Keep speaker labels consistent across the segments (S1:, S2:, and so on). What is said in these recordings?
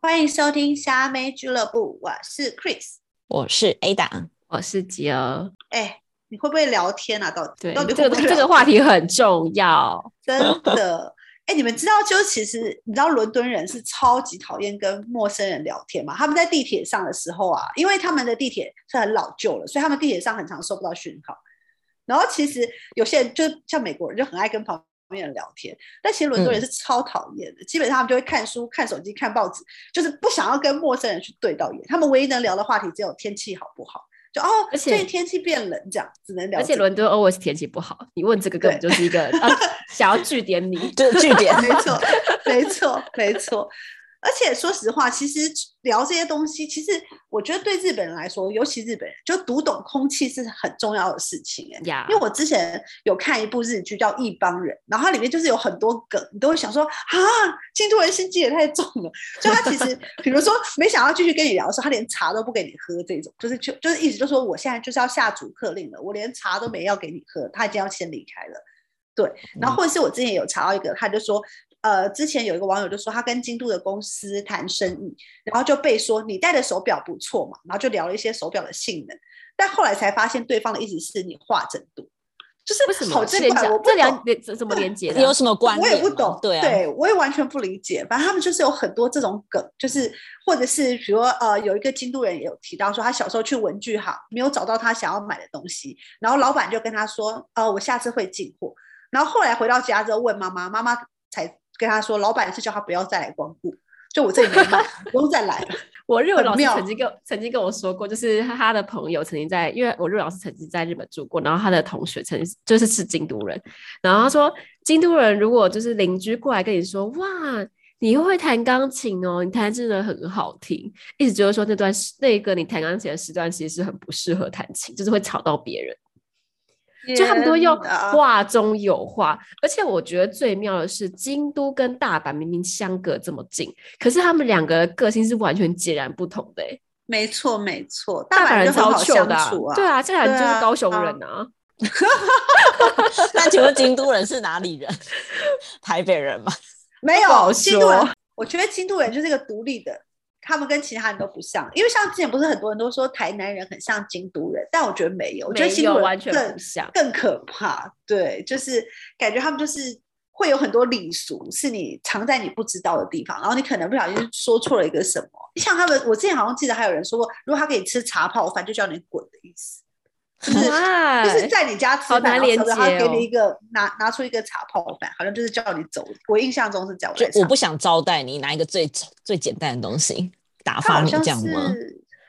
S1: 欢迎收听虾妹俱乐部，我是 Chris。
S2: 我是 A 档，
S3: 我哦是吉儿。
S1: 哎，你会不会聊天啊？到底
S3: 对，
S1: 到底
S3: 这
S1: 会
S3: 个
S1: 不会聊
S3: 这个话题很重要。
S1: 真的。哎、你们知道，就其实你知道，伦敦人是超级讨厌跟陌生人聊天嘛？他们在地铁上的时候啊，因为他们的地铁是很老旧了，所以他们地铁上很常收不到讯号。然后其实有些人就像美国人就很爱跟旁边人聊天，但其实伦敦
S3: 嗯
S1: 人是超讨厌的，基本上他们就会看书、看手机、看报纸，就是不想要跟陌生人去对到眼。他们唯一能聊的话题只有天气好不好，就哦，
S3: 而且
S1: 最近天气变冷，这样只能聊
S3: 而
S1: 这
S3: 且
S1: 个。
S3: 伦敦 always 天气不好，你问这个根本就是一个 啊想要据点你。
S2: 这据 点
S1: 没错，没错，没错。而且说实话，其实聊这些东西，其实我觉得对日本人来说，尤其日本人，就读懂空气是很重要的事情、哎，
S3: 呀
S1: 因为我之前有看一部日剧叫《一帮人》，然后它里面就是有很多梗，你都会想说啊，京都人心机也太重了。就他其实，比如说没想要继续跟你聊的时候，他连茶都不给你喝，这种就是就就是意思就是说，我现在就是要下逐客令了，我连茶都没要给你喝，他已经要先离开了。对，然后或者是我之前有查到一个，他就说，呃，之前有一个网友就说他跟京都的公司谈生意，然后就被说你戴的手表不错嘛，然后就聊了一些手表的性能，但后来才发现对方的意思是你话真多，就是
S3: 为什么
S1: 好
S3: 这
S1: 奇
S3: 连
S1: 怪，
S3: 讲
S1: 我不
S3: 这
S1: 懂
S3: 两。连怎怎么连接的啊
S2: 有？什么关
S1: 我
S2: 联吗？
S1: 也不懂，
S2: 对啊，
S1: 我也完全不理解。反正他们就是有很多这种梗，就是或者是比如说呃，有一个京都人也有提到说，他小时候去文具行没有找到他想要买的东西，然后老板就跟他说，呃，我下次会进货。然后后来回到家之后问妈妈，妈妈才跟他说，老板是叫他不要再来光顾，就我这里没买，不用再来了。
S3: 我日文
S1: 很
S3: 老师
S1: 妙
S3: 曾经跟曾经跟我说过，就是他的朋友曾经在，因为我日文老师曾经在日本住过，然后他的同学曾经就是是京都人，然后他说京都人如果就是邻居过来跟你说，哇，你又会弹钢琴哦，你弹真的很好听，一直觉得说那段时那个你弹钢琴的时段其实是很不适合弹琴，就是会吵到别人。就他们都用
S1: 天哪
S3: 话中有话，而且我觉得最妙的是，京都跟大阪明明相隔这么近，可是他们两个的个性是完全截然不同的、欸。
S1: 没错没错，
S3: 大
S1: 阪
S3: 阪
S1: 就
S3: 人
S1: 很
S3: 超
S1: 好
S3: 糗
S1: 相
S3: 的、
S1: 处啊，
S3: 对啊，这俩人就
S1: 对啊
S3: 是高雄人啊，
S2: 那请问京都人是哪里人？台北人吗？
S1: 没
S3: 不
S1: 有
S3: 好
S1: 京都人
S3: 说，
S1: 我觉得京都人就是一个独立的，他们跟其他人都不像。因为像之前不是很多人都说台南人很像京都人，但我觉得没有，我觉得
S3: 没
S1: 京
S3: 有
S1: 都人
S3: 完全
S1: 更
S3: 不像。
S1: 更可怕。对，就是感觉他们就是会有很多礼俗是你藏在你不知道的地方，然后你可能不小心说错了一个什么。像他们，我之前好像记得还有人说过，如果他给你吃茶泡饭，就叫你滚的意思。
S3: 啊
S1: 就是
S3: 哇
S1: 就是在你家吃
S3: 哎好
S1: 饭，
S3: 难
S1: 然后
S3: 连
S1: 他他
S3: 接
S1: 给
S3: 哦
S1: 你一个拿拿出一个茶泡饭，好像就是叫你走。我印象中是这样，
S2: 就
S1: 在
S2: 我
S1: 查
S2: 不想招待你，拿一个最最简单的东西打
S1: 他
S2: 发
S1: 好
S2: 你
S1: 像
S2: 这
S1: 是
S2: 样吗？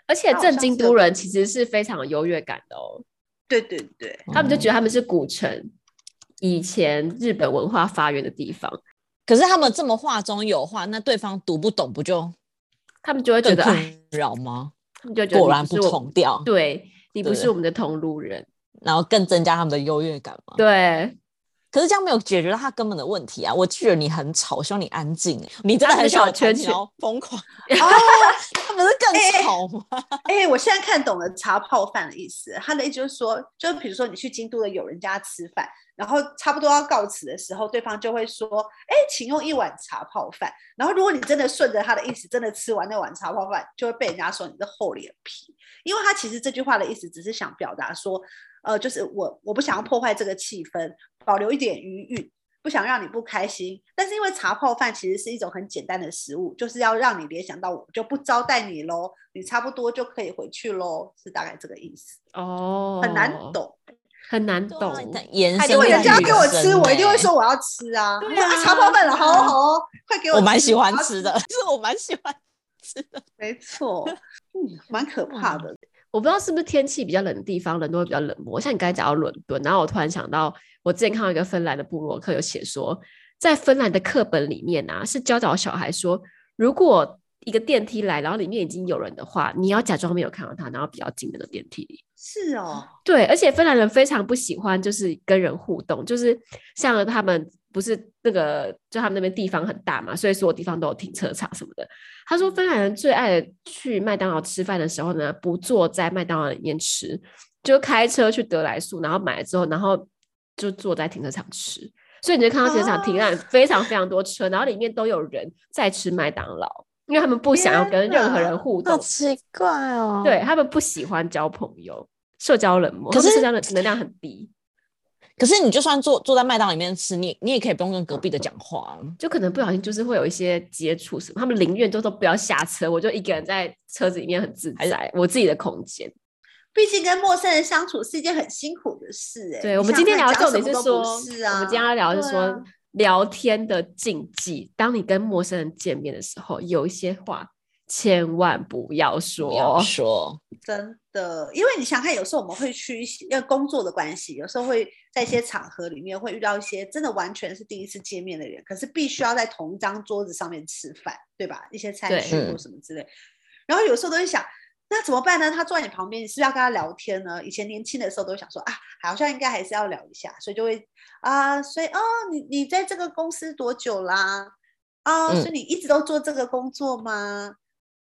S3: 而且
S1: 好
S3: 正
S1: 像
S3: 京
S1: 是有
S3: 都人
S1: 点
S3: 其实是非常有优越感的哦，
S1: 对对对，
S3: 他们就觉
S2: 得，
S3: 得他们是古城，以前日本文化发源的地方，
S2: 可是他们这么话中有话，那对方读不懂不就
S3: 他们就会觉
S2: 更
S3: 得，哎，
S2: 困扰吗？
S3: 他们就会觉得
S2: 果
S3: 你
S2: 然
S3: 不
S2: 不
S3: 是我
S2: 同调，
S3: 对你不
S2: 对
S3: 是我们的同路人，
S2: 然后更增加他们的优越感吗？
S3: 对。
S2: 可是这样没有解决到他根本的问题啊！我拒绝你很吵，希望你安静、欸。你真的
S3: 他们
S2: 很
S3: 的小
S2: 想
S3: 圈
S2: 圈
S3: 圈
S2: 圈，疯狂，
S1: 哦，
S2: 他不是
S3: 哎
S2: 更吵吗？
S1: 哎、我现在看懂了茶泡饭的意思。他的意思就是说，就比如说你去京都的友人家吃饭，然后差不多要告辞的时候，对方就会说：“哎、请用一碗茶泡饭。”然后如果你真的顺着他的意思，真的吃完那碗茶泡饭，就会被人家说你是厚脸皮，因为他其实这句话的意思只是想表达说，呃，就是我我不想要破坏这个气氛，保留一点余韵。不想让你不开心，但是因为茶泡饭其实是一种很简单的食物，就是要让你联想到我就不招待你喽，你差不多就可以回去喽，是大概这个意思，
S3: 哦，
S1: 很难，懂。
S3: 很难
S2: 对
S3: 懂
S2: 啊。但延
S3: 他
S2: 伸
S3: 就
S1: 如果
S3: 会
S1: 哎人
S2: 在
S1: 家
S2: 延
S1: 给我
S2: 伸
S1: 吃，我一定会
S2: 欸
S1: 说我要吃 啊。
S3: 哎对
S1: 那
S3: 啊
S1: 茶泡饭了，好哦好哦，快给我
S2: 我
S1: 吃
S2: 蛮喜欢
S1: 要
S2: 吃的，就是我蛮喜 欢吃的。
S1: 没错， 嗯，蛮可怕的。
S3: 我不知道是不是天气比较冷的地方，人都会比较冷漠。像你刚才讲到伦敦，然后我突然想到，我之前看到一个芬兰的部落课有写说，在芬兰的课本里面啊，是教导小孩说，如果一个电梯来，然后里面已经有人的话，你要假装没有看到他，然后比较进那个电梯里。
S1: 是哦，
S3: 对，而且芬兰人非常不喜欢就是跟人互动，就是像他们不是那个，就他们那边地方很大嘛，所以所有地方都有停车场什么的。他说芬兰人最爱去麦当劳吃饭的时候呢，不坐在麦当劳里面吃，就开车去德莱素，然后买了之后，然后就坐在停车场吃。所以你就看到停车场停
S1: 哦
S3: 了非常非常多车，然后里面都有人在吃麦当劳。因为他们不想要跟
S1: 天哪
S3: 任何人互
S2: 好
S3: 动，
S2: 奇怪哦。
S3: 对，他们不喜欢交朋友，社交冷漠，
S2: 可
S3: 他们
S2: 是
S3: 社交能能量很低，
S2: 可是你就算坐坐在麦当里面吃，你你也可以不用跟隔壁的讲话啊。
S3: 就可能不小心就是会有一些接触什么，他们宁愿就都不要下车，我就一个人在车子里面很自
S2: 还是
S3: 在，我自己的空间。
S1: 毕竟跟陌生人相处是一件很辛苦的事、哎，
S3: 对，我们今天聊的重点
S1: 是
S3: 是说，
S1: 是啊，
S3: 我们今天要聊的是
S1: 对
S3: 说、
S1: 啊
S3: 聊天的禁忌。当你跟陌生人见面的时候，有一些话千万不要说。
S2: 不要说，
S1: 真的，因为你想看，有时候我们会去一些因为工作的关系，有时候会在一些场合里面会遇到一些真的完全是第一次见面的人，可是必须要在同一张桌子上面吃饭，对吧？一些餐
S3: 对
S1: 具或
S2: 嗯
S1: 什么之类，然后有时候都会想。那怎么办呢？他坐在你旁边，你是不是要跟他聊天呢？以前年轻的时候都会想说啊，好像应该还是要聊一下，所以就会啊、所以哦，你你在这个公司多久啦？啊，所以你一直都做这个工作吗？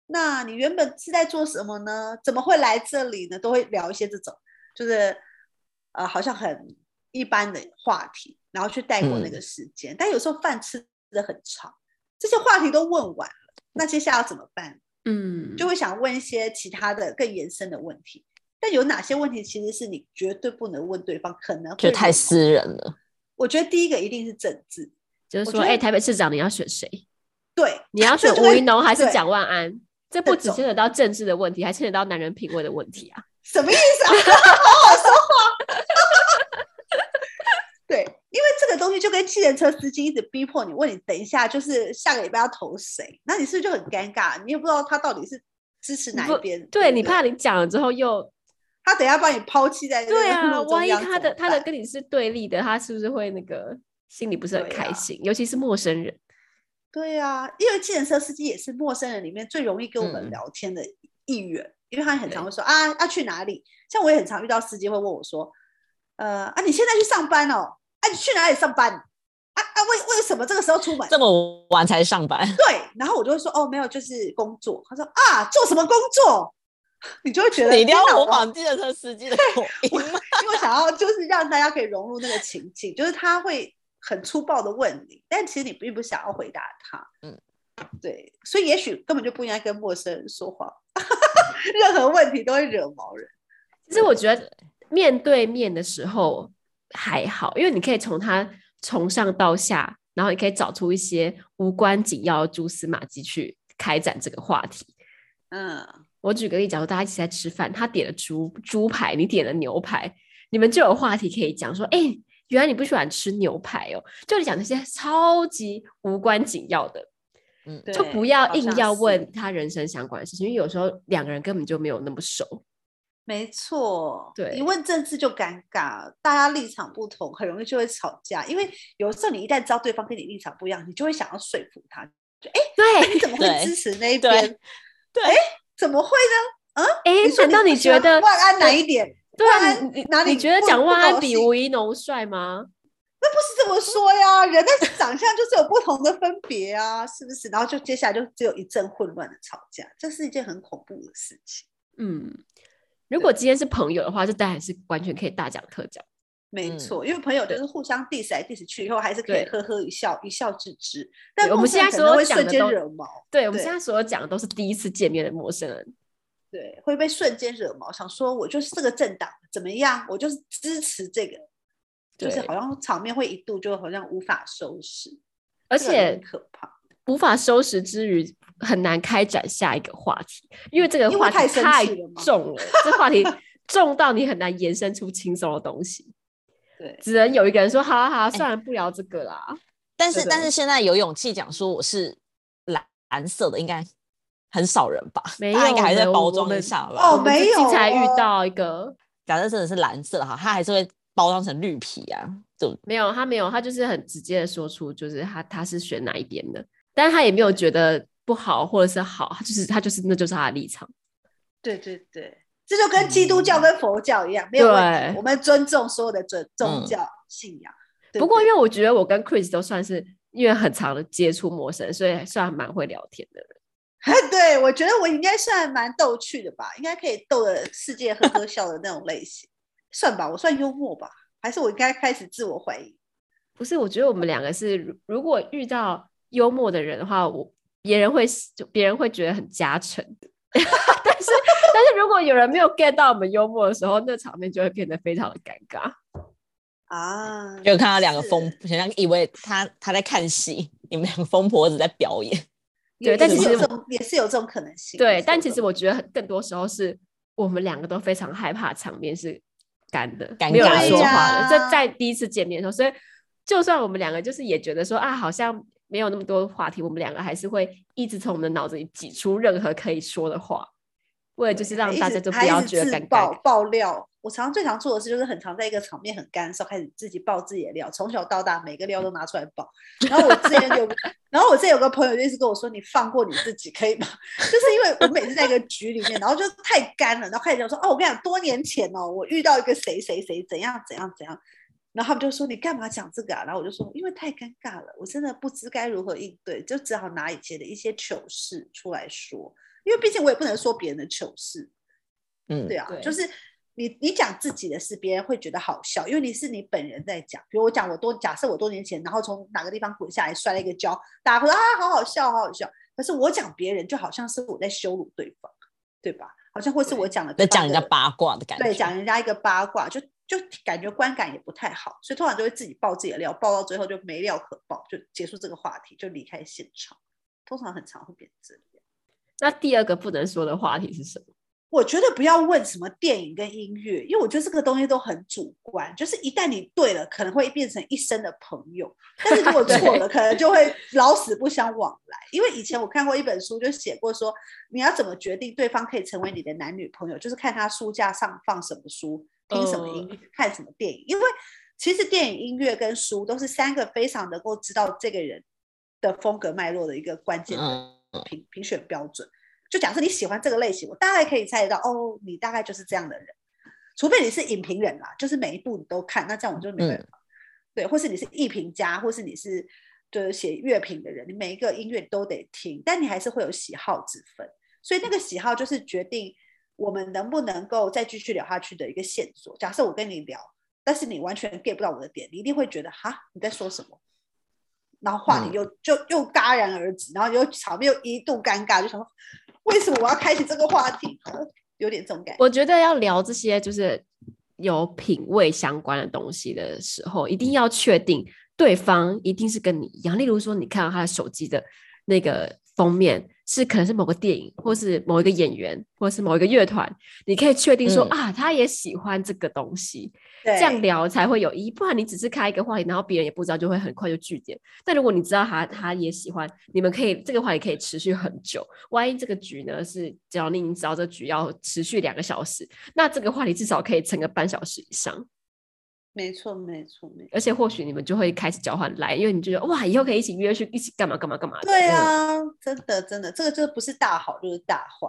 S1: 那你原本是在做什么呢？怎么会来这里呢？都会聊一些这种，就是呃，好像很一般的话题，然后去带过那个时间。但有时候饭吃的很长，这些话题都问完了，那接下来要怎么办？
S3: 嗯，
S1: 就会想问一些其他的更延伸的问题。但有哪些问题其实是你绝对不能问对方？可能
S2: 就
S1: 会
S2: 太
S1: 惹
S2: 私人了。
S1: 我觉得第一个一定是政治，
S3: 就是
S1: 我
S3: 说，
S1: 觉
S3: 哎、
S1: 得
S3: 台北市长你要选谁？
S1: 对，
S3: 你要
S1: 这
S3: 选
S1: 就
S3: 吴
S1: 会
S3: 一农还是
S1: 对
S3: 蒋万安？这不只
S1: 这种
S3: 牵扯到政治的问题，还牵扯到男人品味的问题啊！
S1: 什么意思啊？ 好好说话。 对，因为这个东西就跟计程车司机一直逼迫你，问你等一下就是下个礼拜要投谁，那你是不是就很尴尬？你也不知道他到底是支持哪
S3: 你
S1: 一
S3: 不
S1: 边。
S3: 对
S1: 不
S3: 你怕你讲了之后又
S1: 他等一下把你抛弃在
S3: 对
S1: 那个
S3: 啊，
S1: 路中
S3: 万一
S1: 央
S3: 他
S1: 怎
S3: 的
S1: 么
S3: 他的
S1: 办
S3: 跟你是对立的，他是不是会那个心里不是很
S1: 对
S3: 开
S1: 啊
S3: 心？尤其是陌生人，
S1: 对啊，因为计程车司机也是陌生人里面最容易跟我们
S2: 嗯
S1: 聊天的一员，因为他很常
S3: 对
S1: 会说啊要去哪里，像我也很常遇到司机会问我说，呃啊你现在去上班哦，啊你去哪里上班？啊啊为为什么这个时候出门？
S2: 这么晚才上班，
S1: 对，然后我就会说哦没有就是工作，他说啊做什么工作？ 你就会觉得
S2: 你一定要
S1: 天哪
S2: 模
S1: 我
S2: 仿计程车司机的口音吗？
S1: 因哦为我想要就是让大家可以融入那个情境，就是他会很粗暴的问你，但其实你并不想要回答他。
S2: 嗯，
S1: 对，所以也许根本就不应该跟陌生人说话， 任何问题都会惹毛人。
S3: 其实我觉得面对面的时候还好，因为你可以从他从上到下，然后你可以找出一些无关紧要的蛛丝马迹去开展这个话题。
S1: 嗯，
S3: 我举个例，假如大家一起在吃饭，他点了猪猪排，你点了牛排，你们就有话题可以讲，说，哎、原来你不喜欢吃牛排哦，就你讲那些超级无关紧要的，
S2: 嗯，
S1: 对
S3: 就不要
S1: 好
S3: 硬
S1: 像
S3: 要
S1: 是
S3: 问他人生相关的事情，因为有时候两个人根本就没有那么熟。
S1: 没错，
S3: 对
S1: 一问政治就尴尬，大家立场不同，很容易就会吵架。因为有时候你一旦知道对方跟你立场不一样，你就会想要说服他，
S3: 对，
S1: 你怎么会
S2: 对
S1: 支持那一
S2: 对
S1: 边？
S2: 对
S1: 哎，怎么会呢？
S3: 哎、
S1: 说
S3: 难道
S1: 不
S3: 你
S1: 喜
S3: 觉
S1: 欢
S3: 得
S1: 万安哪一点？
S3: 对
S1: 万
S3: 啊？
S1: 安
S3: 你你
S1: 哪里
S3: 你觉得
S1: 不
S3: 蒋
S1: 不
S3: 万
S1: 高
S3: 安比
S1: 兴
S3: 吴一农帅吗？
S1: 不是这么说呀，人的长相就是有不同的分别啊，是不是？然后就接下来就只有一阵混乱的吵架，这是一件很恐怖的事情。
S3: 嗯，如果今天是朋友的话，就当然是完全可以大讲特讲。
S1: 没
S2: 嗯
S1: 错，因为朋友就是互相 diss 来 diss 去，以后还是可以
S3: 对
S1: 呵呵一笑，一笑置之。但
S3: 我们
S1: 陌生人
S3: 现在
S1: 可能
S3: 所
S1: 会
S3: 讲
S1: 瞬
S3: 的
S1: 间
S3: 都
S1: 惹毛，
S3: 对，我们
S1: 对
S3: 现在所有讲的都是第一次见面的陌生人，
S1: 对，会被瞬间惹毛，想说我就是这个政党怎么样，我就是支持这个，就是
S3: 对
S1: 好像场面会一度就好像无法收拾，
S3: 而
S1: 这个很
S3: 且
S1: 可怕，
S3: 无法收拾之余，很难开展下一个话题，因为这个
S1: 因为
S3: 话
S1: 太
S3: 题
S1: 生
S3: 太
S1: 气了吗
S3: 重了，这 话题重到你很难延伸出轻松的东西，
S1: 对，
S3: 只能有一个人说：“好啊好
S1: 哎
S3: 啊，算了，不聊这个啦。
S2: 但是
S1: 对
S2: 但是现在有勇气讲说我是蓝蓝色的，应该很少人吧？
S3: 没
S2: 大家应该
S3: 有
S2: 还在
S3: 没有
S2: 包
S3: 我
S2: 装一
S3: 们
S2: 下吧？
S1: 哦
S3: 我们最
S1: 没有
S3: 近才遇
S1: 哦
S3: 到一个
S2: 假设真的是蓝色的哈，它还是会包装成绿皮啊，对不对？
S3: 没有，他没有，他就是很直接的说出，就是他他是选哪一边的，但是他也没有觉得不好或者是好，他就是他就是那就是他的立场。
S1: 对对对，这就跟基督教跟佛教一样，没有问
S3: 嗯对
S1: 题。我们尊重所有的尊宗
S2: 嗯
S1: 教信仰。对
S3: 不过因
S1: 对
S3: 为我觉得我跟 Chris 都算是因为很长的接触陌生人，所以算蛮会聊天的人。
S1: 对我觉得我应该算蛮逗趣的吧，应该可以逗得世界呵呵笑的那种类型，算吧，我算幽默吧，还是我应该开始自我怀疑？
S3: 不是，我觉得我们两个是，如如果遇到幽默的人的话，我别人会就别人会觉得很加成的。 但是但是如果有人没有 get 到我们幽默的时候，那场面就会变得非常的尴尬。
S1: 啊，
S2: 就看到两个
S1: 是
S2: 疯，想象以为他他在看戏，你们两个疯婆子在表演。
S1: 也
S3: 对但
S1: 也
S2: 其
S1: 是有
S2: 实
S1: 这种也是有这种可能性。也
S3: 对，
S1: 是
S3: 但
S1: 有
S3: 其
S1: 这
S3: 实
S1: 种
S3: 我觉得很更多时候是我们两个都非常害怕场面是干的，
S2: 尴
S3: 没有
S2: 尬
S3: 人说
S2: 的
S3: 话的。
S1: 对
S3: 这
S1: 呀
S3: 在第一次见面的时候，所以就算我们两个就是也觉得说啊，好像没有那么多话题，我们两个还是会一直从我们的脑子里挤出任何可以说的话，为了就是
S1: 对
S3: 让
S1: 还一
S3: 大
S1: 直
S3: 家就不
S1: 还一
S3: 要
S1: 直
S3: 觉得
S1: 自
S3: 尴
S1: 爆
S3: 尬。
S1: 爆料。我常常最常做的事就是很常在一个场面很干的时候开始自己爆自己的料，从小到大每个料都拿出来爆。然后我之前有， 然后我之前有个朋友就一直跟我说：“你放过你自己可以吗？” 就是因为我每次在一个局里面，然后就太干了，然后开始讲说：“哦，我跟你讲，多年前哦，我遇到一个谁谁谁怎样怎样怎样。”然后他们就说：“你干嘛讲这个啊？”然后我就说：“因为太尴尬了，我真的不知该如何应对，就只好拿以前的一些糗事出来说，因为毕竟我也不能说别人的糗事。”
S2: 嗯，
S1: 对啊，就
S3: 对
S1: 是你你讲自己的事，别人会觉得好笑，因为你是你本人在讲。比如我讲我多假设我多年前，然后从哪个地方滚下来摔了一个跤，大家会说啊好好笑，好好笑。可是我讲别人就好像是我在羞辱对方，对吧？好像或是我讲了对
S2: 在讲
S1: 方
S2: 人家
S1: 的
S2: 八卦的感觉。
S1: 对，讲人家一个八卦，就就感觉观感也不太好，所以通常就会自己爆自己的料，爆到最后就没料可爆，就结束这个话题，就离开现场。通常很常会变这样。
S3: 那第二个不能说的话题是什么？
S1: 我觉得不要问什么电影跟音乐，因为我觉得这个东西都很主观，就是一旦你对了，可能会变成一生的朋友；但是如果
S3: 对
S1: 错了，可能就会老死不相往来。因为以前我看过一本书，就写过说，你要怎么决定对方可以成为你的男女朋友，就是看他书架上放什么书，听什么音乐，看什么电影。因为其实电影、音乐跟书都是三个非常能够知道这个人的风格脉络的一个关键的
S2: 嗯，嗯
S1: 评评选标准。就假设你喜欢这个类型，我大概可以猜得到，哦，你大概就是这样的人。除非你是影评人啦，就是每一部你都看，那这样我就没办法。对，或是你是艺评家，或是你是就是写乐评的人，你每一个音乐都得听，但你还是会有喜好之分。所以那个喜好就是决定我们能不能够再继续聊下去的一个线索。假设我跟你聊，但是你完全 get 不到我的点，你一定会觉得哈你在说什么，然后话题
S2: 嗯
S1: 又、就又戛然而止，然后又场面又一度尴尬，就想说为什么我要开启这个话题 呢？有点这种感觉。
S3: 我觉得要聊这些就是有品味相关的东西的时候，一定要确定对方一定是跟你一样。例如说，你看到他的手机的那个封面是可能是某个电影，或是某一个演员，或是某一个乐团，你可以确定说、
S2: 嗯
S3: 啊，他也喜欢这个东西，
S1: 对
S3: 这样聊才会有意义。不然你只是开一个话题，然后别人也不知道，就会很快就拒绝。但如果你知道他他也喜欢，你们可以这个话题可以持续很久。万一这个局呢是，只要你已经知道这局要持续两个小时，那这个话题至少可以撑个半小时以上，
S1: 没错，没错，没错。
S3: 而且或许你们就会开始交换来，因为你就觉得哇，以后可以一起约去一起干嘛干嘛干嘛的。
S1: 对啊，真的，真的，这个就不是大好就是大坏。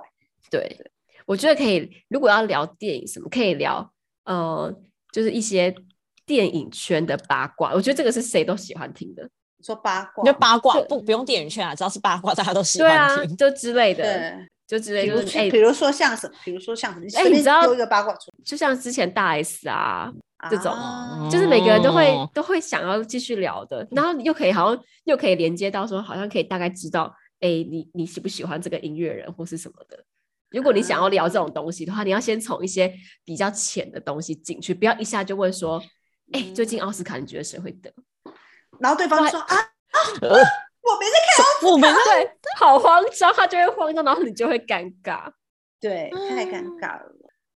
S3: 对，我觉得可以。如果要聊电影什么，可以聊呃，就是一些电影圈的八卦。我觉得这个是谁都喜欢听的，
S1: 你说八卦
S2: 你就，八卦
S3: 就
S2: 不不用电影圈啊，只要是八卦，大家都喜
S3: 对啊
S2: 欢，听。
S3: 就之类的，
S1: 对，
S3: 就之类
S1: 比
S3: 的。
S1: 如
S3: 就是哎、
S1: 比如说像什么，比如说像什么，你
S3: 哎
S1: 随
S3: 你
S1: 便
S3: 知道
S1: 丢一个八卦出
S3: 就像之前大 S 啊，
S1: 来，
S3: 这种
S1: 啊
S3: 就是每个人都会、
S2: 哦
S3: 都会想要继续聊的，然后又可以好像又可以连接到说，好像可以大概知道，哎、你你喜不喜欢这个音乐人或是什么的。如果你想要聊这种东西的话，你要先从一些比较浅的东西进去，不要一下就问说，哎、最近奥斯卡你觉得谁会得？
S1: 然后对方就说啊，我
S2: 呃
S1: 没在
S2: 我们
S3: 对，好慌张，他就会慌张，然后你就会尴尬。
S1: 对，太尴
S2: 嗯
S1: 尬了。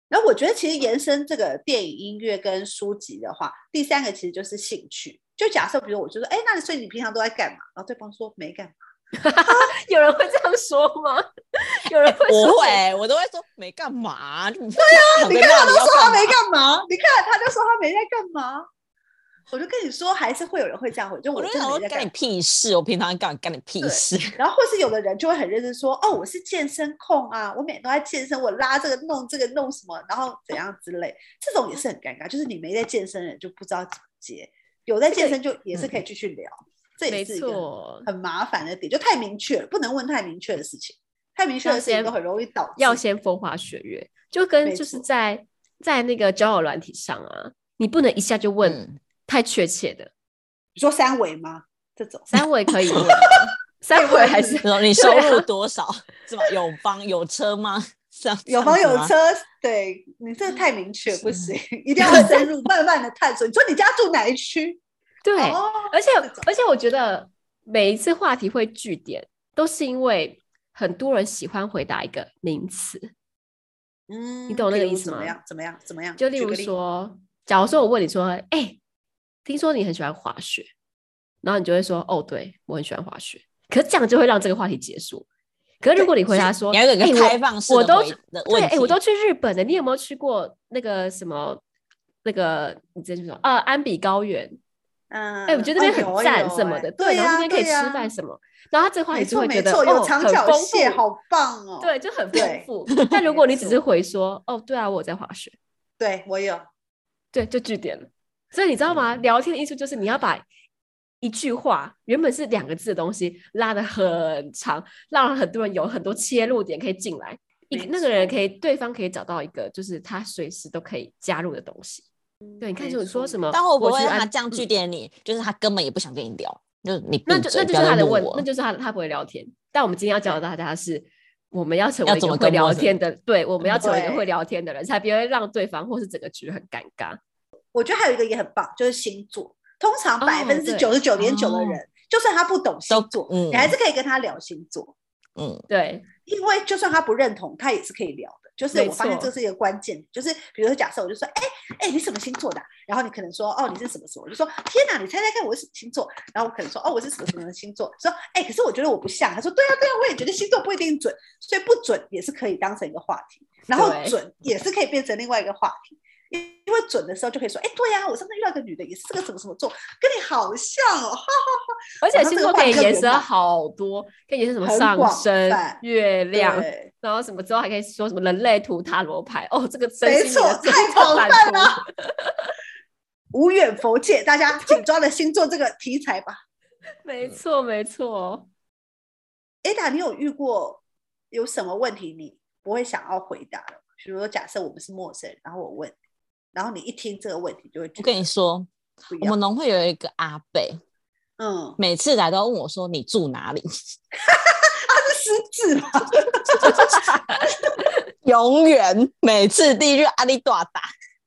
S1: 然后我觉得其实延伸这个电影、音乐跟书籍的话，第三个其实就是兴趣。就假设比如我就说，哎，那所以你平常都在干嘛？然后对方说没干嘛，
S3: 有人会这样说吗？ 有人会说
S2: 我
S3: 谁
S2: 会，我都会说没干嘛。对啊，
S1: 你看他都说他没
S2: 干
S1: 干嘛，你看他就说他没在干嘛。我就跟你说，还是会有人会这样回，就
S2: 嘛，我就
S1: 真的
S2: 想说
S1: 没在干
S2: 干你
S1: 嘛。
S2: 屁事，我平常干干你屁
S1: 对
S2: 事。
S1: 然后或是有的人就会很认真说，哦，我是健身控啊，我每天都在健身，我拉这个弄这个弄什么，然后怎样之类，这种也是很尴尬，就是你没在健身的人就不知道怎么接，有在健身就也是可以继续聊，这
S3: 嗯没
S1: 也是一个
S3: 错，
S1: 很麻烦的点，就太明确了，不能问太明确的事情，太明确
S3: 要
S1: 的事情
S3: 先
S1: 都很容易导
S3: 要
S1: 致。
S3: 先风花雪月，就
S1: 没
S3: 跟就是
S1: 错
S3: 在在那个交友软体上啊，你不能一下就问
S2: 嗯，
S3: 太确切的，
S1: 你说三维吗？这种
S3: 三位可以问啊，三回还是
S2: 你说你收入多少？是吧？有房有车吗？这样
S1: 有房有，
S2: 这样子
S1: 车
S2: 吗，
S1: 对你这个太明确不
S2: 是
S1: 行，一定要深入慢慢的探索。你说你家住哪一区？
S3: 对，
S1: 哦，
S3: 而且
S1: 这种
S3: 而且我觉得每一次话题会聚点，都是因为很多人喜欢回答一个名词，
S1: 嗯，
S3: 你懂那
S1: 例
S3: 个
S1: 如
S3: 意思
S1: 怎么
S3: 吗
S1: 样？怎么样？怎么样？
S3: 就例
S1: 举
S3: 如
S1: 个例
S3: 说，假如说我问你说，哎、听说你很喜欢滑雪，然后你就会说，哦，对我很喜欢滑雪。可是这样就会让这个话题结束。可是如果你回答说，
S2: 你要有一
S3: 哎
S2: 个
S3: 我
S2: 开放式
S3: 我
S2: 的
S3: 都
S2: 回的问
S3: 对，
S2: 题。
S3: 哎、我都去日本了，你有没有去过那个什么那个？你之前说呃，安比高原，
S1: 嗯，
S3: 哎、我觉得那边
S1: 哦
S3: 很赞
S1: 有
S3: 什么
S1: 哎
S3: 的，
S1: 对
S3: 然后
S1: 呀，
S3: 那边可以
S1: 对呀
S3: 吃饭什么，然后他这话
S1: 没
S3: 题就
S1: 错
S3: 会觉
S1: 没
S3: 得
S1: 错，
S3: 哦，
S1: 有长
S3: 很
S1: 角
S3: 丰
S1: 蟹，
S3: 富，
S1: 好棒哦！
S3: 对，就很丰
S1: 对
S3: 富。但如果
S1: 没
S3: 你只
S1: 错
S3: 是回说，哦，对啊，我在滑雪，
S1: 对我有，
S3: 对，就据点了。所以你知道吗？聊天的艺术就是你要把一句话原本是两个字的东西拉得很长，让很多人有很多切入点可以进来。一个
S1: 没
S3: 那个人
S1: 错
S3: 可以，对方可以找到一个，就是他随时都可以加入的东西。对，你看，
S1: 没
S3: 就你说
S1: 错
S3: 什么？
S2: 嗯但会不
S3: 我
S2: 会
S3: 去
S2: 让
S3: 安嗯
S2: 他这样据点你？就是他根本也不想跟你聊，就是你
S3: 那
S2: 闭
S3: 就
S2: 嘴
S3: 那
S2: 不
S3: 就是
S2: 要再
S3: 他的
S2: 问
S3: 问，
S2: 我
S3: 那就是他的他不会聊天。但我们今天要教大家的是，我们要成
S2: 要
S3: 为一
S2: 怎
S3: 个
S2: 么
S3: 会
S2: 跟陌
S3: 聊
S2: 生
S3: 天的，对，我们要成为一个
S1: 对
S3: 会聊天的人，才不会让对方或是整个局很尴尬。
S1: 我觉得还有一个也很棒，就是星座。通常
S3: 哦
S1: 百分之九十九点九的人，就算他不懂星座，
S2: 嗯
S1: 你还是可以跟他聊星座，
S2: 嗯，
S3: 对，
S1: 因为就算他不认同，他也是可以聊的。就是
S3: 没
S1: 我发现
S3: 错
S1: 这是一个关键，就是比如说假设我就说，哎哎，你什么星座的啊、然后你可能说，哦，你是什么什么，我就说，天哪，你猜猜看我是什么星座？然后我可能说，哦，我是什么什么星座？说，哎，可是我觉得我不像。他说，对啊对啊，我也觉得星座不一定准，所以不准也是可以当成一个话题，然后
S3: 对
S1: 准也是可以变成另外一个话题。因因为准的时候就可以说，哎，对呀、我上次遇到一个女的，也是这个什么什么座，跟你好像哦，哈
S3: 而且
S1: 然后
S3: 星
S1: 这个
S3: 座
S1: 话
S3: 可以
S1: 更
S3: 延
S1: 圆
S3: 伸
S1: 满
S3: 好多，可以延伸什么
S1: 很
S3: 上
S1: 广
S3: 升
S1: 泛、
S3: 月亮，
S1: 对
S3: 然后什么之后还可以说什么人类图、塔罗牌。哦，这个真
S1: 没
S3: 心
S1: 错
S3: 的
S1: 太
S3: 星座
S1: 广
S3: 版
S1: 泛
S3: 图
S1: 了无远佛界，大家紧抓着星座这个题材吧。
S3: 没错，没错。
S1: Ada，你有遇过有什么问题你不会想要回答的吗？比如说，假设我们是陌生人，然后我问，然后你一听这个问题就会觉
S2: 我
S1: 得
S2: 跟你说，
S1: 不一
S2: 我们
S1: 样。
S2: 农会有一个阿贝，
S1: 嗯，
S2: 每次来都要问我说你住哪 里，
S1: 他是失智吗？
S2: 永远每次第一句阿里多达，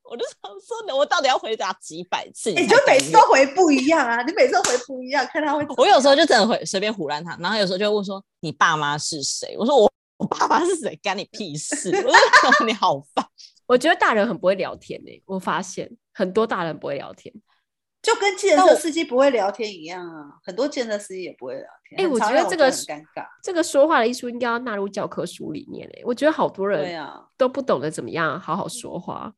S2: 我就想说我到底要回答几百次？
S1: 你
S2: 才
S1: 就每
S2: 甘
S1: 次
S2: 愿
S1: 都回不一样啊！你每次都回不一样，看他会怎么样。
S2: 我有时候就真的会随便胡乱他，然后有时候就会问说你爸妈是谁？我说我我爸妈是谁，干你屁事！ 我就说你好烦，
S3: 我觉得大人很不会聊天呢、我发现很多大人不会聊天。
S1: 就跟计程
S2: 但
S1: 车
S2: 我
S1: 司机不会聊天一样啊，很多计程车司机也不会聊天。
S3: 哎
S1: 很
S3: 我
S1: 常
S3: 觉得
S1: 让觉
S3: 这个
S1: 很
S3: 是
S1: 尴尬。
S3: 这个说话的艺术应该要纳入教科书里面诶、欸我觉得好多
S1: 对
S3: 人
S1: 啊，
S3: 都不懂得怎么样好好说话。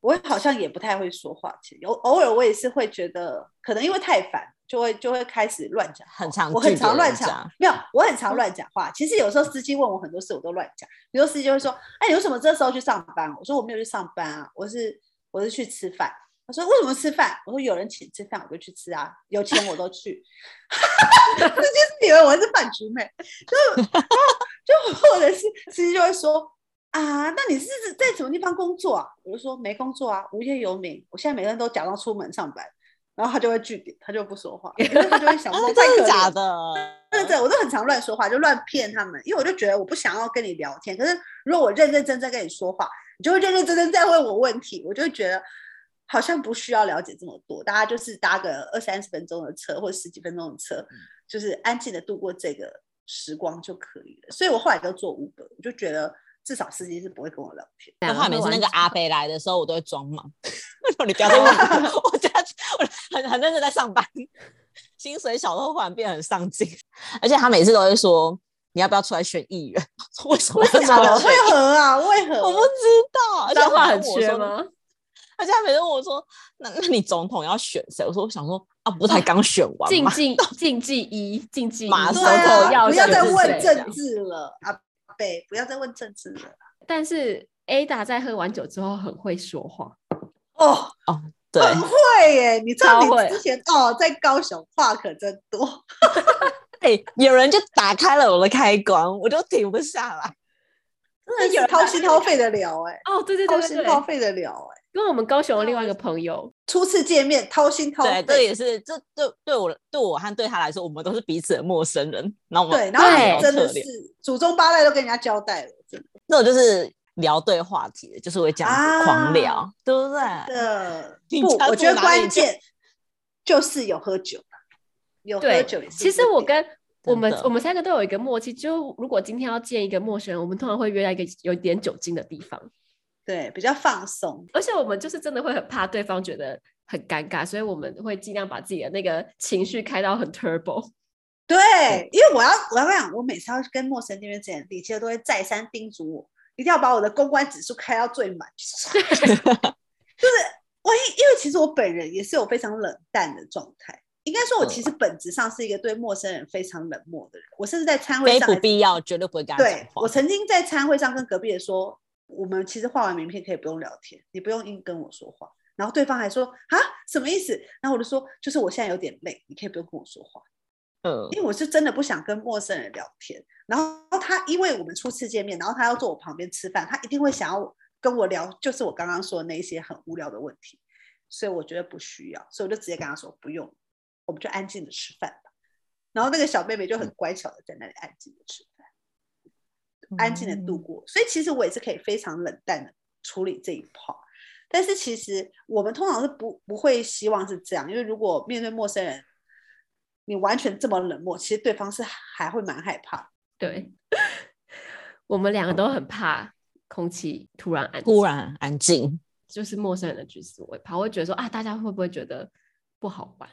S1: 我好像也不太会说话，其实偶偶尔我也是会觉得，可能因为太烦，就会就会开始乱讲话。
S2: 很常
S1: 我很
S2: 拒绝
S1: 常乱
S2: 人
S1: 讲
S2: 家，啊嗯
S1: 没有，我很常乱讲话。其实有时候司机问我很多事，我都乱讲。比如司机就会说：“哎，你为什么这时候去上班？”我说：“我没有去上班啊，我是我是去吃饭。”他说：“为什么吃饭？”我说：“有人请吃饭，我就去吃啊，有钱我都去。” 司机是以为我是饭局妹，就然后就或者是司机就会说。啊，那你是在什么地方工作啊？我就说没工作啊，无业游民。我现在每天都假装出门上班，然后他就会拒点，他就不 说话，因为他就会想
S2: 啊
S1: 说太
S2: 真
S1: 可
S2: 的
S1: 怜
S2: 假
S1: 了
S2: 的？
S1: 对对，我都很常乱说话，就乱骗他们，因为我就觉得我不想要跟你聊天。可是如果我认认真真跟你说话，你就会认认真真在问我问题，我就会觉得好像不需要了解这么多，大家就是搭个二三十分钟的车或者十几分钟的车，就是安静的度过这个时光就可以了。所以我后来都做 Uber，我就觉得至少司机是不会跟我聊天。
S2: 那
S3: 然
S2: 后来每次那个阿北来的时候，我都会装忙。 为什么你不要再问我？我家我很很认真在上班，薪水小偷忽然变得很上进，而且他每次都会说你要不要出来选议员？ 我说为什
S1: 真的
S2: 么？
S1: 为何啊？为何？
S2: 我不知道，啊而且
S3: 脏话
S2: 他
S3: 很
S2: 跟我
S3: 缺
S2: 说
S3: 吗？
S2: 而且他每次问我说：“那那你总统要选谁？”我说：“我想说啊，不才刚选完
S3: 禁
S2: 吗？
S3: 忌禁忌一，禁忌一
S2: 马
S1: 对
S2: 上手
S1: 啊
S2: 头，
S3: 要
S1: 不要
S3: 选
S1: 再
S3: 是谁啊
S1: 问
S3: 这样
S1: 政治了，阿北，不要再问政治了。
S3: 但是 Ada 在喝完酒之后很会说话，
S1: 哦，
S2: 对，
S1: 很会耶！你知道
S3: 超会
S1: 你之前哦，在高雄话可真多，
S2: 哎、有人就打开了我的开关，我就停不下来。
S1: 真的是掏心掏肺的聊哎，
S3: 哦，对对
S1: 掏
S3: 对对
S1: 心
S3: 对
S1: 掏，肺的聊哎。
S3: 啊跟我们高雄的另外一个朋友
S1: 初次见面掏心掏
S2: 对，这
S1: 肺，
S2: 也是这对对我对我和对他来说，我们都是彼此的陌生人。然后我们
S1: 对，然后
S3: 对
S1: 你真的
S2: 好可怜
S1: 是祖宗八代都跟人家交代了，真的
S2: 那我就是聊对话题，就是会这样子狂聊，对不对？
S1: 啊的
S2: 你
S1: 不
S2: 家，
S1: 我
S2: 住
S1: 觉得
S2: 哪里
S1: 关
S2: 就
S1: 键就是有喝酒，有喝
S3: 对
S1: 酒也，是
S3: 其
S1: 一
S3: 实
S1: 个
S3: 我
S1: 点
S3: 跟我们
S2: 真的
S3: 我们三个都有一个默契，就如果今天要见一个陌生人，我们通常会约在一个有点酒精的地方，
S1: 对比较放松，
S3: 而且我们就是真的会很怕对方觉得很尴尬，所以我们会尽量把自己的那个情绪开到很 turbo。
S1: 对，因为我要我要讲，我每次要跟陌生人见面之前，李杰都会再三叮嘱我，一定要把我的公关指数开到最满。 就是我因因为其实我本人也是有非常冷淡的状态，应该说我其实
S2: 嗯
S1: 本质上是一个对陌生人非常冷漠的人。我甚至在餐会
S2: 非
S1: 上
S2: 不
S1: 还
S2: 必要，绝对不会跟他讲
S1: 对
S2: 话
S1: 我。曾经在餐会上跟隔壁的说，我们其实画完名片可以不用聊天，你不用硬跟我说话。然后对方还说啊什么意思？然后我就说就是我现在有点累，你可以不用跟我说话。
S2: 嗯，
S1: 因为我是真的不想跟陌生人聊天。然后他因为我们初次见面，然后他要坐我旁边吃饭，他一定会想要跟我聊，就是我刚刚说的那一些很无聊的问题，所以我觉得不需要，所以我就直接跟他说不用，我们就安静的吃饭吧。然后那个小妹妹就很乖巧的在那里安静的吃饭，安静的
S2: 哦
S1: 度过。所以其实我也是可以非常冷淡的处理这一 part。但是其实我们通常是不不会希望是这样，因为如果面对陌生人，你完全这么冷漠，其实对方是还会蛮害怕。
S3: 对， 我们两个都很怕空气突然安，
S2: 突然安静，
S3: 就是陌生人的举止，我会怕，我会觉得说啊，大家会不会觉得不好玩？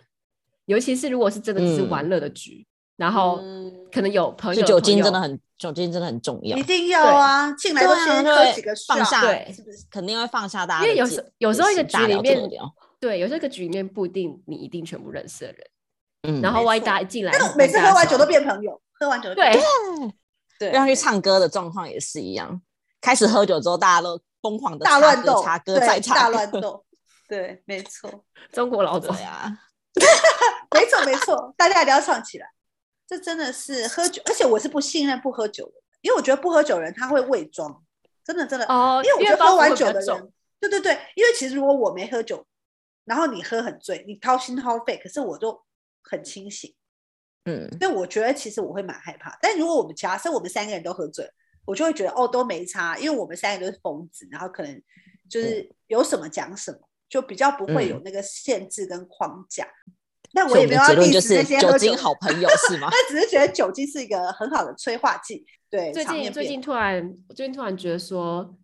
S3: 尤其是如果是真的只是
S2: 嗯
S3: 玩乐的局，然后
S1: 嗯
S3: 可能有朋友
S2: 所以
S3: 的
S2: 酒
S3: 朋
S2: 精
S3: 友
S2: 真的很，酒精真的很重要
S1: 一，定要啊，进来都
S2: 对啊
S1: 先
S2: 对
S1: 喝几个 shot，
S2: 放下
S3: 对
S1: 是不是？
S2: 肯定会放下大家
S3: 因
S2: 的戒。
S3: 为有时有时候一个
S2: 戒心大
S3: 局里
S2: 聊特
S3: 面
S2: 聊
S3: 对，有时候一个局里面不一定你一定全部认识的人，
S2: 嗯，
S3: 然后
S1: 没
S3: 万一
S1: 错
S3: 大家一进来
S1: 但
S3: 很尴尬的
S1: 是
S3: 时候，
S1: 每次喝完酒都变朋友，喝完酒都变
S3: 对，
S1: 对，
S2: 让去唱歌的状况也是一样，开始喝酒之后，大家都疯狂的
S1: 大乱斗，
S2: 插歌
S1: 对大
S2: 再插歌，
S1: 乱斗，对，没错，
S3: 中国老总
S2: 对啊，
S1: 没错，没错，大家一定要唱起来。这真的是喝酒，而且我是不信任不喝酒的人，因为我觉得不喝酒的人他会伪装，真的真的，
S3: 哦，
S1: 因为我觉得
S3: 包
S1: 喝
S3: 袱
S1: 完
S3: 会比
S1: 酒
S3: 较
S1: 的
S3: 重，
S1: 人，对对对，因为其实如果我没喝酒，然后你喝很醉，你掏心掏肺，可是我就很清醒，
S2: 嗯，
S1: 所以我觉得其实我会蛮害怕。但如果我们假设我们三个人都喝醉，我就会觉得哦都没差，因为我们三个都是疯子，然后可能就是有什么讲什么，就比较不会有那个限制跟框架。但我
S2: 嗯所以
S1: 也
S2: 我
S1: 没
S2: 们
S1: 有
S2: 的
S1: 要
S2: 结论
S1: diss
S2: 就是
S1: 那些喝
S2: 酒
S1: 酒
S2: 精
S1: 的
S2: 好朋友是 吗？
S1: 但只是觉得酒精是一个很好的催化剂。对，
S3: 最
S1: 场
S3: 近
S1: 面
S3: 最
S1: 变
S3: 近突然，我最近突然觉得说，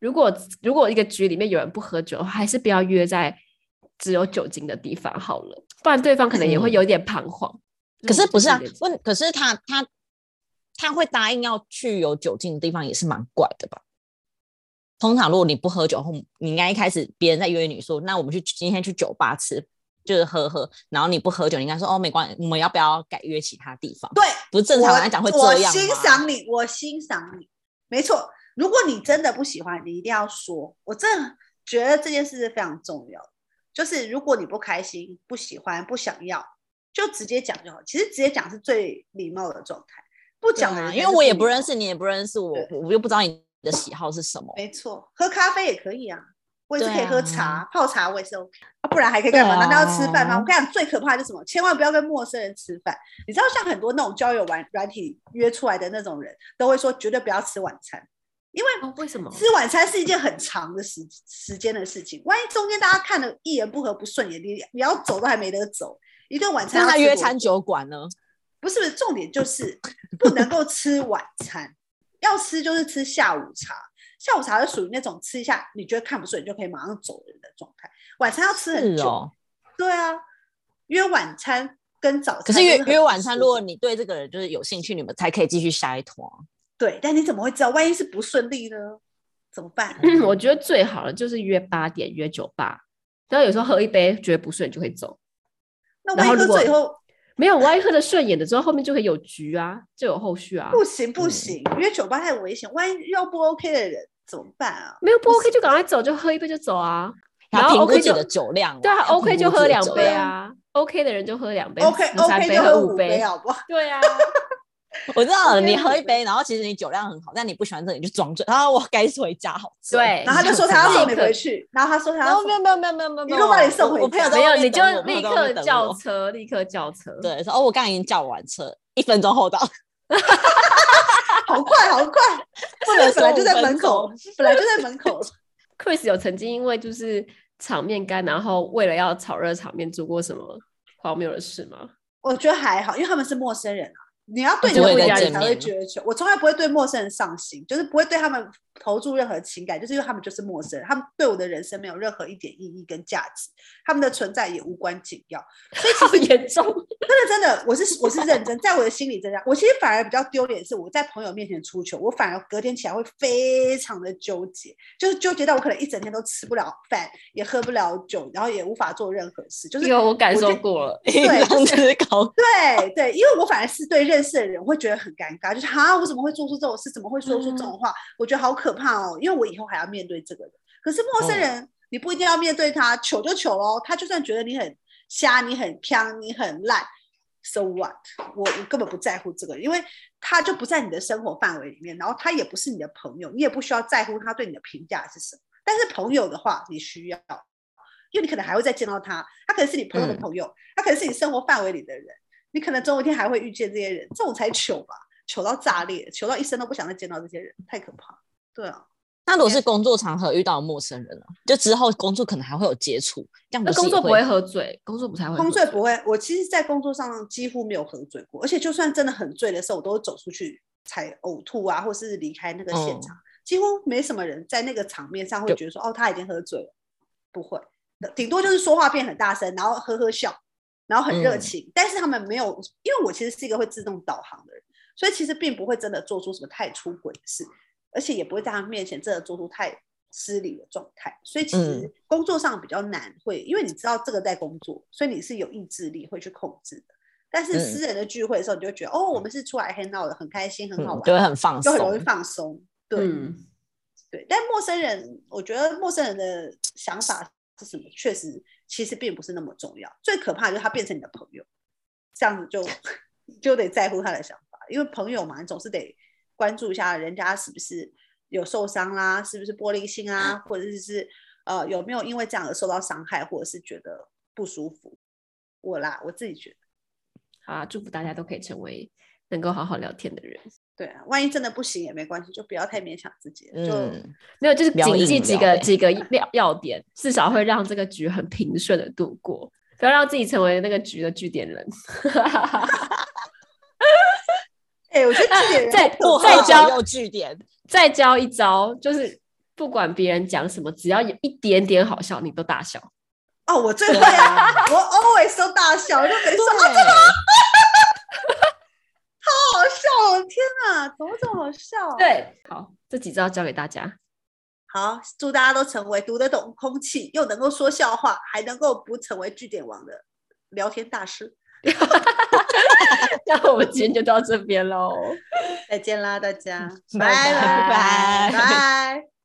S3: 如果如果一个局里面有人不喝酒的话，还是不要约在只有酒精的地方好了，不然对方可能也会
S2: 嗯
S3: 有点彷徨。
S2: 可是不是啊
S1: 嗯
S3: 就你自己的？
S2: 问，可是他他他会答应要去有酒精的地方，也是蛮怪的吧？通常如果你不喝酒后，你应该一开始别人在约你说，那我们去今天去酒吧吃，就是喝喝，然后你不喝酒，你应该说哦没关系，我们要不要改约其他地方？
S1: 对，
S2: 不是正常人来讲会
S1: 我
S2: 这样
S1: 我欣
S2: 吗
S1: 赏你，我欣赏你，没错。如果你真的不喜欢，你一定要说。我真的觉得这件事是非常重要的，就是如果你不开心、不喜欢、不想要，就直接讲就好。其实直接讲是最礼貌的状态，不
S2: 对
S1: 讲的人
S2: 啊，
S1: 才
S2: 因为
S1: 是
S2: 我也
S1: 礼
S2: 不认
S1: 貌。
S2: 识你，也不认识我
S1: 对，
S2: 我又不知道你的喜好是什么。
S1: 没错，喝咖啡也可以啊，我也是可以
S2: 对
S1: 喝
S2: 啊
S1: 茶、泡茶，我也是 OK。啊，不然还可以干嘛？
S2: 对啊
S1: 难道要吃饭吗？我跟你讲，最可怕的就是什么？千万不要跟陌生人吃饭。你知道，像很多那种交友软软体约出来的那种人，都会说绝对不要吃晚餐，因为
S3: 哦，为什么？
S1: 吃晚餐是一件很长的时时间的事情。万一中间大家看了一言不合不顺眼，你你要走都还没得走，一顿晚餐
S2: 那
S1: 要
S2: 他
S1: 吃
S2: 约
S1: 多
S2: 餐
S1: 久
S2: 酒馆呢？
S1: 不是不是，重点就是不能够吃晚餐，要吃就是吃下午茶。下午茶是属于那种吃一下你觉得看不顺眼就可以马上走人的状态，晚餐要吃很
S2: 是
S1: 久。
S2: 哦，
S1: 对啊，约晚餐跟早餐
S2: 可是约
S1: 真的很
S2: 约晚餐，
S1: 不
S2: 如
S1: 舒
S2: 果
S1: 服
S2: 你对这个人就是有兴趣，你们才可以继续下一团。
S1: 对，但你怎么会知道？万一是不顺利呢？怎么办？
S3: 嗯 我觉得最好的就是约八点，约酒吧，然后有时候喝一杯觉得不顺就会走，
S1: 那
S3: 然
S1: 万一喝
S3: 后如果
S1: 醉以后
S3: 没有万一喝的顺眼的之后，后面就可以有局啊，就有后续啊。
S1: 不行不
S2: 嗯
S1: 行，约酒吧太危险，万一遇到不 OK 的人怎么办啊？
S3: 没有不 OK 就赶快走，就喝一杯就走啊。然
S2: 要
S3: 后
S2: 评估
S3: OK
S2: 自己
S3: 就
S2: 的酒量啊，
S3: 对啊
S2: 要
S3: ，OK
S2: 评
S3: 就
S2: 估自
S3: 喝
S2: 己的
S3: 两
S2: 酒
S3: 杯
S2: 量
S3: 啊，OK 的人就喝两杯
S1: OK
S3: 喝三
S1: OK
S3: 杯，哎
S1: 就
S3: 喝
S1: 五啊
S3: 杯
S1: 杯，好不好？
S3: 对啊，
S2: 我知道了，
S1: OK，
S2: 你喝
S1: 我
S2: 一杯，然后其实你酒量很好，但你不喜欢这里，你就装醉，然后我该回家好醉。
S3: 对
S1: 然后他就说他要
S3: 立
S1: 送你
S3: 刻
S1: 回去，然后他说他
S2: 然
S1: 要
S2: 后
S1: 送
S2: 没有没有没有没有没有，
S1: 一路把你送
S2: 我
S1: 回
S2: 我朋友
S1: 家
S2: 在
S3: 没有
S2: 外面
S3: 你就
S2: 等我
S3: 立
S2: 我朋友在外
S3: 刻
S2: 面等
S3: 叫
S2: 我
S3: 车，立刻叫车。
S2: 对，说哦，我刚刚已经叫完车，一分钟后到，
S1: 好快好快，不能本来就在门口，本来就在门口，
S3: ，Chris 有曾经因为就是场面干，然后为了要炒热场面，做过什么荒谬的事吗？
S1: 我觉得还好，因为他们是陌生人啊。你要对你
S3: 就
S1: 的
S3: 会
S1: 朋友
S3: 再
S1: 你
S3: 见
S1: 才
S2: 面
S1: 会
S2: 了
S1: 觉得求，我从来不会对陌生人上心，就是不会对他们投注任何情感，就是因为他们就是陌生人，他们对我的人生没有任何一点意义跟价值，他们的存在也无关紧要。
S3: 好严重，
S1: 真的真的，我是我是认真，在我的心里这样。我其实反而比较丢脸，是我在朋友面前出糗，我反而隔天起来会非常的纠结，就是纠结到我可能一整天都吃不了饭，也喝不了酒，然后也无法做任何事，就是
S3: 有我感
S1: 我
S3: 受
S1: 就
S3: 过了。
S2: 一
S1: 对
S2: 张纸搞
S1: 对对，因为我反而是对认识的人会觉得很尴尬，就是哈，我怎么会做出这种事，怎么会说出这种
S3: 嗯
S1: 话？我觉得好可怕哦，因为我以后还要面对这个人。可是陌生
S2: 哦
S1: 人，你不一定要面对他，糗就糗喽。他就算觉得你很瞎、你很飘、你很烂，so what？我我根本不在乎这个，因为他就不在你的生活范围里面，然后他也不是你的朋友，你也不需要在乎他对你的评价是什么。但是朋友的话，你需要，因为你可能还会再见到他，他可能是你朋友的
S2: 嗯
S1: 朋友，他可能是你生活范围里的人，你可能总有一天还会遇见这些人，这种才糗吧，糗到炸裂，糗到一生都不想再见到这些人，太可怕了。对啊，
S2: 那如果是工作场合遇到陌生人呢？就之后工作可能还会有接触，这样
S3: 那
S2: 不是
S3: 工作
S2: 也
S3: 不会喝醉，工作不太会喝。
S1: 工醉不会，我其实，在工作上几乎没有喝醉过，而且就算真的很醉的时候，我都会走出去才呕吐啊，或是离开那个现场，几乎没什么人在那个场面上会
S2: 就
S1: 觉得说，哦，他已经喝醉了，不会，顶多就是说话变很大声，然后呵呵笑，然后很热
S2: 嗯
S1: 情，但是他们没有，因为我其实是一个会自动导航的人，所以其实并不会真的做出什么太出轨的事，而且也不会在他们面前真的做出太失礼的状态。所以其实
S2: 嗯
S1: 工作上比较难会，因为你知道这个在工作，所以你是有意志力会去控制的。但是
S2: 嗯
S1: 私人的聚会的时候，你就觉得、哦，我们是出来 hang out 的，很开心，很好
S2: 嗯
S1: 玩，
S2: 就会很放
S1: 就
S2: 松
S1: 很，容易放松。对、
S3: 嗯，
S1: 对，但陌生人，我觉得陌生人的想法是什么，确实其实并不是那么重要。最可怕的就是他变成你的朋友，这样子 就就得在乎他的想法，因为朋友嘛，你总是得关注一下人家是不是有受伤啦，是不是玻璃心啊，或者是是呃有没有因为这样而受到伤害，或者是觉得不舒服。我啦，我自己觉得，
S3: 好啊，祝福大家都可以成为能够好好聊天的人。
S1: 对啊，万一真的不行也没关系，就不要太勉强自己了，就、
S2: 嗯，
S3: 没有，就是
S2: 聊
S3: 谨记
S2: 硬
S3: 几
S2: 聊
S3: 个
S2: 呗
S3: 几个要 要点，至少会让这个局很平顺的度过，不要让自己成为那个局的据点人。
S1: 哎、我觉得这点
S3: 再
S2: 不
S3: 再
S2: 喝
S3: 教
S2: 酒又据点，
S3: 再教一招，就是不管别人讲什么，只要有一点点好笑，你都大笑。
S1: 哦，我最会
S2: 对
S1: 啊，
S2: 啊，
S1: 我 always 都大笑，就没
S2: 对
S1: 说啊，好笑哦！天哪，怎么这么好笑？，啊
S3: 对，好，这几招教给大家。
S1: 好，祝大家都成为读得懂空气，又能够说笑话，还能够不成为据点王的聊天大师。
S3: 那我们今天就到这边喽。
S1: 再见啦，大家，
S2: 拜
S1: 拜
S3: 拜
S1: 拜拜。